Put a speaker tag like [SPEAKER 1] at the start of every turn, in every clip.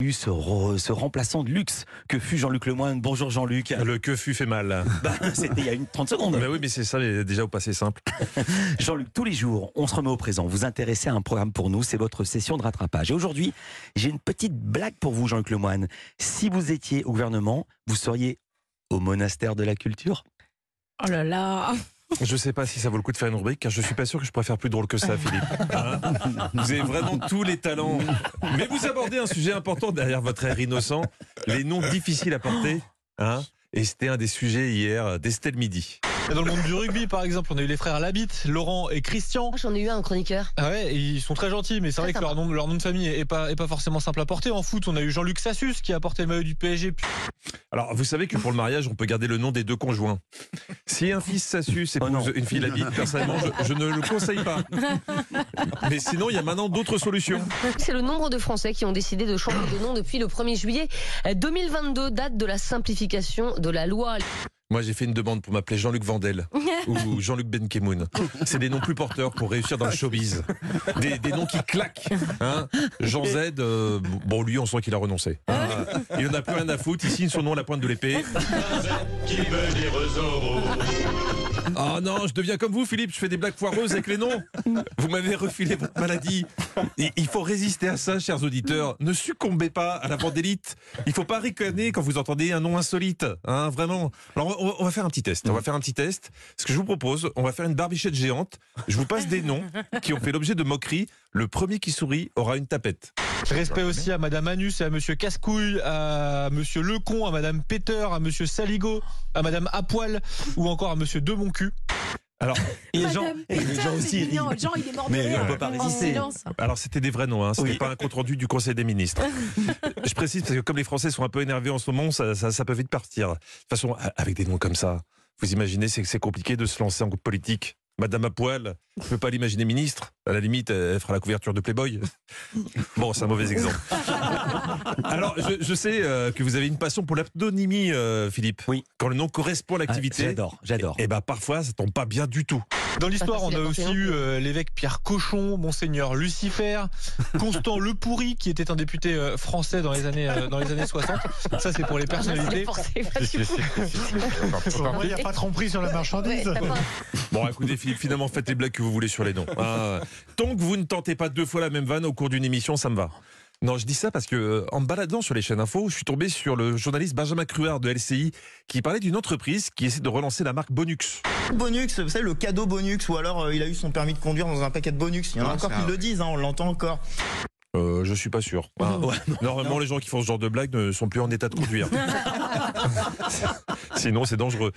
[SPEAKER 1] connu ce, re- ce remplaçant de luxe que fut Jean-Luc Lemoyne. Bonjour Jean-Luc.
[SPEAKER 2] Le que fut fait mal.
[SPEAKER 1] Bah, C'était il y a une 30 secondes.
[SPEAKER 2] Mais oui, mais c'est ça, mais déjà au passé simple.
[SPEAKER 1] Jean-Luc, tous les jours, on se remet au présent. Vous intéressez à un programme pour nous, c'est votre session de rattrapage. Et aujourd'hui, j'ai une petite blague pour vous, Jean-Luc Lemoyne. Si vous étiez au gouvernement, vous seriez au monastère de la culture
[SPEAKER 3] Oh là là
[SPEAKER 2] Je sais pas si ça vaut le coup de faire une rubrique, car je suis pas sûr que je pourrais faire plus drôle que ça, Philippe. Hein vous avez vraiment tous les talents. Mais vous abordez un sujet important derrière votre air innocent, les noms difficiles à porter. Hein et c'était un des sujets hier, euh, d'Estelle Midi.
[SPEAKER 4] Et Dans le monde du rugby, par exemple, on a eu les frères Labitte, Laurent et Christian.
[SPEAKER 5] Moi, J'en ai eu un chroniqueur.
[SPEAKER 4] Ah ouais, et ils sont très gentils, mais c'est
[SPEAKER 5] Ah
[SPEAKER 4] vrai
[SPEAKER 5] Très
[SPEAKER 4] que
[SPEAKER 5] sympa.
[SPEAKER 4] leur nom, leur nom de famille est pas, est pas forcément simple à porter. En foot, on a eu Jean-Luc Sassus qui a porté le maillot du PSG. Puis-
[SPEAKER 2] Alors, vous savez que pour le mariage, on peut garder le nom des deux conjoints. Si un fils s'assuce et
[SPEAKER 1] Oh non.
[SPEAKER 2] une fille l'habite, personnellement, je, je ne le conseille pas. Mais sinon, il y a maintenant d'autres solutions.
[SPEAKER 5] C'est le nombre de Français qui ont décidé de changer de nom depuis le 1er juillet euh, 2022, date de la simplification de la loi.
[SPEAKER 2] Moi, j'ai fait une demande pour m'appeler Jean-Luc Vandel ou Jean-Luc Benkemoun. C'est des noms plus porteurs pour réussir dans le showbiz. Des, des noms qui claquent. hein. Jean Z, euh, bon, lui, on sent qu'il a renoncé. hein. Il n'en a plus rien à foutre. Il signe son nom à la pointe de l'épée. Oh non, je deviens comme vous, Philippe. Je fais des blagues foireuses avec les noms. Vous m'avez refilé votre maladie. Et il faut résister à ça, chers auditeurs. Ne succombez pas à la pandélite. Il faut pas ricaner quand vous entendez un nom insolite. Hein, vraiment. Alors, on va, on va faire un petit test. On va faire un petit test. Ce que je vous propose, on va faire une barbichette géante. Je vous passe des noms qui ont fait l'objet de moqueries. Le premier qui sourit aura une tapette.
[SPEAKER 4] Respect aussi à Madame Anus et à Monsieur Cascouille, à Monsieur Lecon, à Madame Peter, à Monsieur Saligo, à Madame Apoil ou encore à Monsieur De Mon Cul.
[SPEAKER 2] Alors,
[SPEAKER 1] Et Jean,
[SPEAKER 3] Madame
[SPEAKER 1] et
[SPEAKER 3] Pétain,
[SPEAKER 1] Jean aussi,
[SPEAKER 3] c'est
[SPEAKER 1] il rit.
[SPEAKER 3] mignon. Jean, il est mort
[SPEAKER 1] Mais
[SPEAKER 3] de rire.
[SPEAKER 1] on peut pas
[SPEAKER 3] En
[SPEAKER 1] résister.
[SPEAKER 3] silence.
[SPEAKER 2] Alors c'était des vrais noms, hein. c'était
[SPEAKER 1] Oui.
[SPEAKER 2] pas un compte rendu du Conseil des ministres. Je précise parce que comme les Français sont un peu énervés en ce moment, ça, ça- ça peut vite partir. De toute façon, a- avec des noms comme ça, vous imaginez c'est que c'est compliqué de se lancer en politique. Madame à poil, je peux pas l'imaginer ministre. À la limite, elle fera la couverture de Playboy. Bon, c'est un mauvais exemple. Alors, je, je sais euh, que vous avez une passion pour l'aptonymie, euh, Philippe.
[SPEAKER 1] Oui.
[SPEAKER 2] Quand le nom correspond à
[SPEAKER 1] Ah,
[SPEAKER 2] l'activité,
[SPEAKER 1] J'adore, j'adore.
[SPEAKER 2] et ben parfois, ça tombe pas bien du tout.
[SPEAKER 4] Dans l'histoire, on
[SPEAKER 5] facile
[SPEAKER 4] a
[SPEAKER 5] à porter,
[SPEAKER 4] aussi
[SPEAKER 5] hein.
[SPEAKER 4] eu euh, l'évêque Pierre Cochon, Monseigneur Lucifer, Constant Le Pourri, qui était un député euh, français dans les années, euh, dans les années 60. Ça, c'est pour les personnalités.
[SPEAKER 6] Moi, il n'y a pas de tromperie sur la marchandise.
[SPEAKER 2] Bon, écoutez, Philippe, finalement, faites les blagues que vous voulez sur les noms. Ah, tant que vous ne tentez pas deux fois la même vanne au cours d'une émission, ça me va. Non, je dis ça parce que euh, en me baladant sur les chaînes info, je suis tombé sur le journaliste Benjamin Cruard de LCI qui parlait d'une entreprise qui essaie de relancer la marque Bonux.
[SPEAKER 7] Bonux, vous savez, le cadeau bonux, ou alors euh, il a eu son permis de conduire dans un paquet de bonux. Il y en
[SPEAKER 8] Ah,
[SPEAKER 7] a encore qui le disent, hein, on l'entend encore.
[SPEAKER 2] Euh, je suis pas sûr. Ah, ouais, non, Normalement, les gens qui font ce genre de blagues ne sont plus en état de conduire. Sinon, c'est dangereux.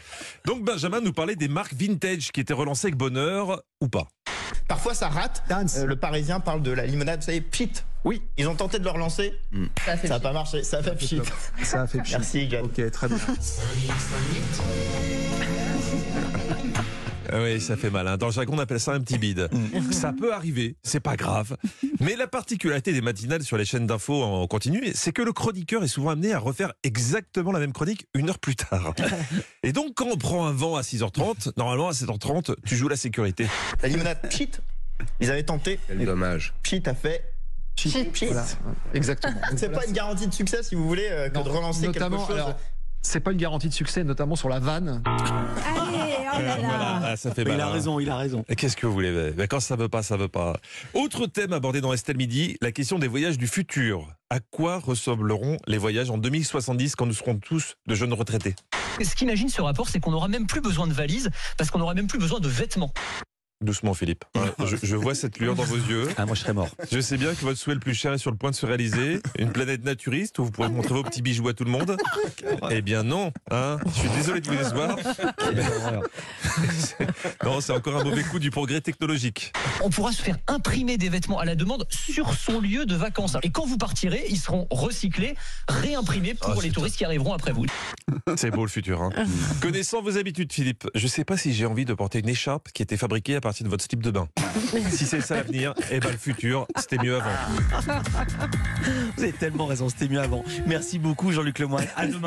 [SPEAKER 2] Donc, Benjamin nous parlait des marques vintage qui étaient relancées avec bonheur ou pas.
[SPEAKER 7] Parfois ça rate. Euh, le parisien parle de la limonade, vous savez, pchit. Oui. Ils ont tenté de le relancer,
[SPEAKER 8] Hmm.
[SPEAKER 7] ça n'a pas marché, ça a fait pchit.
[SPEAKER 9] Ça a fait pchit.
[SPEAKER 7] Merci, Yann.
[SPEAKER 9] Ok, très bien.
[SPEAKER 2] Ah Oui, ça fait mal. hein. Dans le jargon, on appelle ça un petit bide.
[SPEAKER 1] Mm.
[SPEAKER 2] ça peut arriver, c'est pas grave. Mais la particularité des matinales sur les chaînes d'infos en continu, c'est que le chroniqueur est souvent amené à refaire exactement la même chronique une heure plus tard. Et donc, quand on prend un vent à 6h30, normalement à 7h30, tu joues la sécurité.
[SPEAKER 7] La limonade, pchit. Ils avaient tenté,
[SPEAKER 8] Quel dommage.
[SPEAKER 7] pchit a fait. Pchit, pchit.
[SPEAKER 9] Voilà, exactement.
[SPEAKER 7] C'est pas une garantie de succès, si vous voulez, euh, que
[SPEAKER 9] Non,
[SPEAKER 7] de relancer quelque
[SPEAKER 9] notamment,
[SPEAKER 7] chose.
[SPEAKER 9] alors, c'est pas une garantie de succès, notamment sur la vanne.
[SPEAKER 3] Allez, oh
[SPEAKER 1] Euh,
[SPEAKER 3] là
[SPEAKER 2] Voilà,
[SPEAKER 3] là.
[SPEAKER 2] ah, ça fait
[SPEAKER 1] Mais
[SPEAKER 2] mal.
[SPEAKER 1] il a
[SPEAKER 2] hein.
[SPEAKER 1] raison, il a raison.
[SPEAKER 2] Et Qu'est-ce que vous voulez ben, ben, Quand ça veut pas, ça veut pas. Autre thème abordé dans Estelle Midi, la question des voyages du futur. À quoi ressembleront les voyages en 2070 quand nous serons tous de jeunes retraités
[SPEAKER 10] Ce qu'imagine ce rapport, c'est qu'on n'aura même plus besoin de valises, parce qu'on n'aura même plus besoin de vêtements.
[SPEAKER 2] Doucement, Philippe. Euh, Je, je vois cette lueur dans vos yeux.
[SPEAKER 1] Ah, moi, je serais mort.
[SPEAKER 2] Je sais bien que votre souhait le plus cher est sur le point de se réaliser. Une planète naturiste où vous pourrez montrer vos petits bijoux à tout le monde. Eh bien, non. hein. Je suis désolé de vous décevoir. Non, c'est encore un mauvais coup du progrès technologique.
[SPEAKER 10] On pourra se faire imprimer des vêtements à la demande sur son lieu de vacances. Et quand vous partirez, ils seront recyclés, réimprimés pour les touristes qui arriveront après vous.
[SPEAKER 2] C'est beau le futur. hein. Connaissant vos habitudes, Philippe, je sais pas si j'ai envie de porter une écharpe qui était fabriquée à partir de votre slip de bain. Si c'est ça l'avenir, eh ben le futur, c'était mieux avant.
[SPEAKER 1] Vous avez tellement raison, c'était mieux avant. Merci beaucoup, Jean-Luc Lemoyne. À demain.